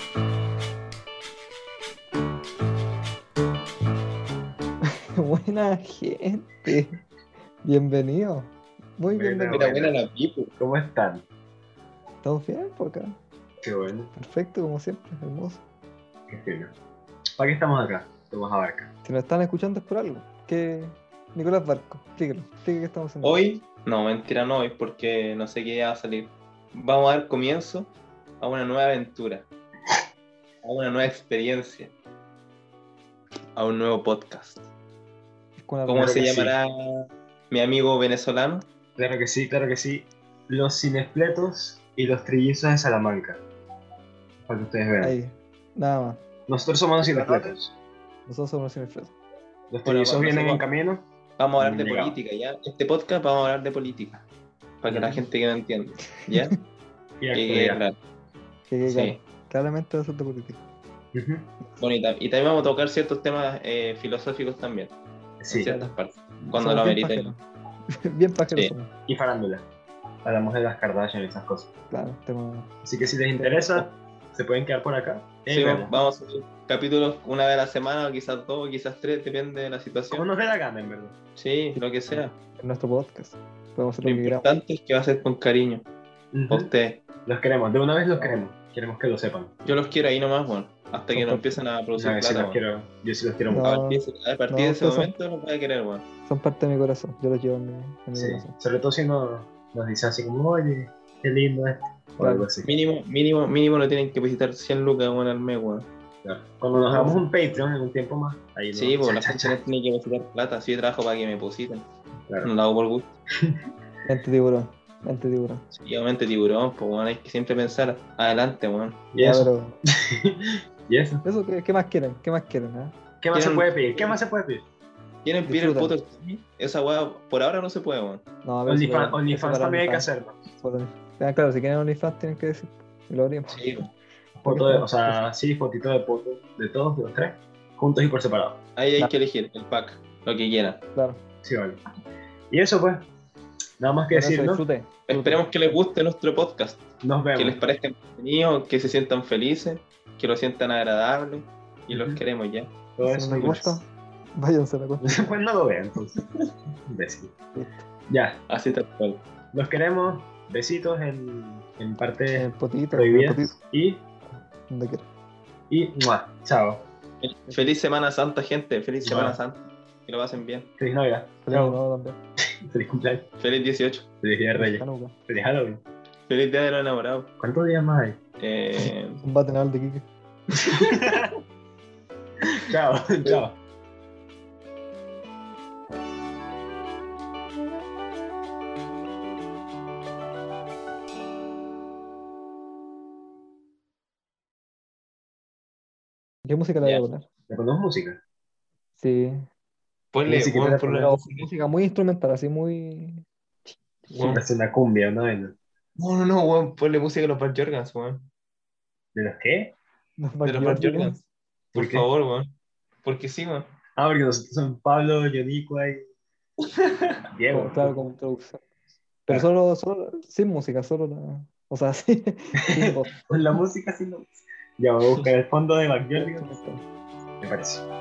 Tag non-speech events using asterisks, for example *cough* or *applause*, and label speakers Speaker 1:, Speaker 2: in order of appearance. Speaker 1: *laughs* buena gente. Bienvenido. Muy
Speaker 2: Buena,
Speaker 1: bienvenido.
Speaker 2: buena.
Speaker 3: Mira, Ah, buena la pues. pipo.
Speaker 2: ¿Cómo están?
Speaker 1: Estamos bien por acá.
Speaker 2: Qué bueno,
Speaker 1: Perfecto, como siempre. Hermoso.
Speaker 2: qué fino. ¿Para qué estamos acá? Tomás Abarca.
Speaker 1: Si nos están escuchando es por algo. ¿Qué? Nicolás Barco, explíquelo. Explique qué estamos haciendo.
Speaker 3: Hoy, no, mentira, no hoy, porque no sé qué día va a salir. Vamos a dar comienzo a una nueva aventura, a una nueva experiencia, a un nuevo podcast.
Speaker 1: Con la
Speaker 3: ¿Cómo
Speaker 2: Claro
Speaker 3: se
Speaker 2: que sí.
Speaker 3: llamará mi amigo venezolano?
Speaker 2: Claro que sí, claro que sí. Los cinespletos y los trillizos de Salamanca. Para que ustedes vean.
Speaker 1: Ahí. Nada más.
Speaker 2: Nosotros somos los cinespletos.
Speaker 1: Nosotros somos sin Fred.
Speaker 2: Los
Speaker 3: Bueno,
Speaker 2: trillizos
Speaker 3: no sé
Speaker 2: vienen en
Speaker 3: cómo.
Speaker 2: camino.
Speaker 3: Vamos a hablar de
Speaker 2: Llegamos.
Speaker 3: política, ¿ya? Este podcast vamos a hablar de política, para que la gente que no *laughs* entiende, ¿ya?
Speaker 2: Y
Speaker 3: Que quede
Speaker 2: actualidad.
Speaker 3: claro,
Speaker 1: Que, que-
Speaker 3: sí.
Speaker 1: Claramente va a ser de política.
Speaker 2: Ujú.
Speaker 3: Bueno, y, tam- y también vamos a tocar ciertos temas eh, filosóficos también, en
Speaker 2: Sí,
Speaker 3: ciertas partes, cuando
Speaker 1: Somos
Speaker 3: lo
Speaker 1: bien
Speaker 3: meriten.
Speaker 1: pajeros. *laughs* bien pajeros
Speaker 3: Sí.
Speaker 1: somos.
Speaker 2: y farándula. Hablamos de las Kardashian y esas cosas.
Speaker 1: Claro, tema.
Speaker 2: Así que si les interesa, se pueden quedar por acá. Eh, Y
Speaker 3: Sí,
Speaker 2: vemos.
Speaker 3: vamos a subir capítulos una vez a la semana, o quizás dos, o quizás tres, depende de la
Speaker 2: Como
Speaker 3: situación.
Speaker 2: nos dé la gana, en verdad.
Speaker 3: Sí, lo que sea.
Speaker 1: En nuestro podcast. Podemos hacer
Speaker 3: Lo
Speaker 1: lo que queramos.
Speaker 3: importante es que va a ser con cariño. A
Speaker 2: Ujú.
Speaker 3: ustedes.
Speaker 2: Los queremos, de una vez los queremos. Queremos que lo sepan.
Speaker 3: Yo los quiero ahí nomás, bueno. Hasta que no empiecen a
Speaker 2: No,
Speaker 3: producir
Speaker 2: yo sí
Speaker 3: plata,
Speaker 2: los
Speaker 3: bueno.
Speaker 2: quiero, yo sí los quiero
Speaker 1: No,
Speaker 2: mucho.
Speaker 3: A partir de ese- a partir de
Speaker 1: No,
Speaker 3: ese
Speaker 1: ustedes son-
Speaker 3: momento los voy a querer, bueno.
Speaker 1: Son parte de mi corazón. Yo los llevo en mi, en mi
Speaker 2: Sí,
Speaker 1: corazón.
Speaker 2: sobre todo si no, nos dicen así como, oye, qué lindo esto, o algo así.
Speaker 3: Mínimo, mínimo, mínimo lo tienen que visitar 100 lucas, bueno, al mes, bueno.
Speaker 2: Claro. Cuando nos hagamos un Patreon en un tiempo más, ahí
Speaker 3: Sí,
Speaker 2: nos-
Speaker 3: pues la
Speaker 2: cha,
Speaker 3: gente
Speaker 2: cha,
Speaker 3: no tiene que visitar plata. Sí, yo trabajo para que me depositen.
Speaker 2: cha, claro.
Speaker 3: No lo hago por gusto.
Speaker 1: Mente tiburón. Mente tiburón.
Speaker 3: Y obviamente tiburón, pues bueno, hay que siempre pensar adelante, bueno.
Speaker 2: Y
Speaker 1: Ya,
Speaker 2: eso,
Speaker 1: pero-
Speaker 2: y eso.
Speaker 1: Eso, ¿qué, qué más quieren? ¿Qué más quieren? ah?
Speaker 2: ¿Qué más se
Speaker 3: Quieren-
Speaker 2: puede pedir? ¿Qué más se puede pedir?
Speaker 3: ¿Quieren pedir el
Speaker 1: Disfruta.
Speaker 3: puto streaming? Esa weá por ahora no se puede, bueno.
Speaker 1: No, a ver, eso
Speaker 2: OnlyFans
Speaker 1: para- eso
Speaker 2: OnlyFans
Speaker 1: para
Speaker 2: también hay que
Speaker 1: OnlyFans,
Speaker 2: hacerlo.
Speaker 1: eso para- Ah, claro, si quieren OnlyFans tienen que decir. Y lo abrimos.
Speaker 3: Sí, pues.
Speaker 2: Foto de- o
Speaker 1: Pues
Speaker 2: sea, sí, fotito de foto de todos, de los tres, juntos y por separado.
Speaker 3: Ahí hay
Speaker 1: Claro.
Speaker 3: que elegir el pack, lo que quieran.
Speaker 1: Claro.
Speaker 2: Sí, vale. Y eso, pues, nada más que
Speaker 1: Bueno,
Speaker 2: decir,
Speaker 1: eso,
Speaker 2: ¿no?
Speaker 1: disfruten.
Speaker 3: Esperemos que les guste nuestro podcast,
Speaker 2: Nos
Speaker 3: que les
Speaker 2: vemos.
Speaker 3: parezca entretenido, que se sientan felices, que lo sientan agradable y los
Speaker 2: Ujú.
Speaker 3: queremos ya.
Speaker 2: Todo
Speaker 1: Si
Speaker 2: eso
Speaker 1: no les
Speaker 2: y más.
Speaker 1: gusta, váyanse a la cuenta.
Speaker 2: *laughs* Pues no lo vean, entonces. Imbécil.
Speaker 1: Listo.
Speaker 2: Ya,
Speaker 3: Así tal cual.
Speaker 2: los queremos. Besitos en, en
Speaker 1: En
Speaker 2: parte
Speaker 1: el potito, en el
Speaker 2: prohibida.
Speaker 1: potito,
Speaker 2: Y,
Speaker 1: donde quieran.
Speaker 2: y, ¡mua! chao.
Speaker 3: Feliz Semana Santa, gente. Feliz
Speaker 2: Ya.
Speaker 3: Semana Santa. Que lo pasen bien.
Speaker 2: Feliz Navidad.
Speaker 1: Feliz año
Speaker 2: Chao.
Speaker 1: nuevo también.
Speaker 2: Feliz cumpleaños.
Speaker 3: Feliz 18.
Speaker 2: Feliz Día de Reyes.
Speaker 1: Hanukkah.
Speaker 2: Feliz Halloween.
Speaker 3: Feliz Día de los Enamorados.
Speaker 2: ¿Cuántos días más hay?
Speaker 3: Eh,
Speaker 1: Combate naval de Kike.
Speaker 2: *laughs* Chao, chao.
Speaker 1: ¿Qué música le voy a
Speaker 3: Ya.
Speaker 1: poner?
Speaker 2: ¿Le ponemos música?
Speaker 1: Sí.
Speaker 3: ponle,
Speaker 2: Ni siquiera
Speaker 3: weón,
Speaker 2: la
Speaker 3: ponle-
Speaker 1: Pero música muy instrumental, así muy. *laughs*
Speaker 3: weón.
Speaker 2: Es una cumbia, una vaina.
Speaker 3: No, no, no, weón, ponle música a los Bad Jorgans, weón.
Speaker 2: ¿De los qué?
Speaker 1: Los
Speaker 3: De los Bad Jorgans.
Speaker 2: ¿Por
Speaker 3: Por
Speaker 2: qué?
Speaker 3: favor, weón. Porque sí, weón.
Speaker 2: Ah, porque nosotros son Pablo, Yonicua y Diego.
Speaker 1: Claro, claro, como introducción. Pero solo, solo, sin música, solo la. O sea, *laughs* sí.
Speaker 2: *laughs*
Speaker 1: sin voz.
Speaker 2: Con la música, sí. no. Ya voy a buscar el fondo de McJordan. Me parece.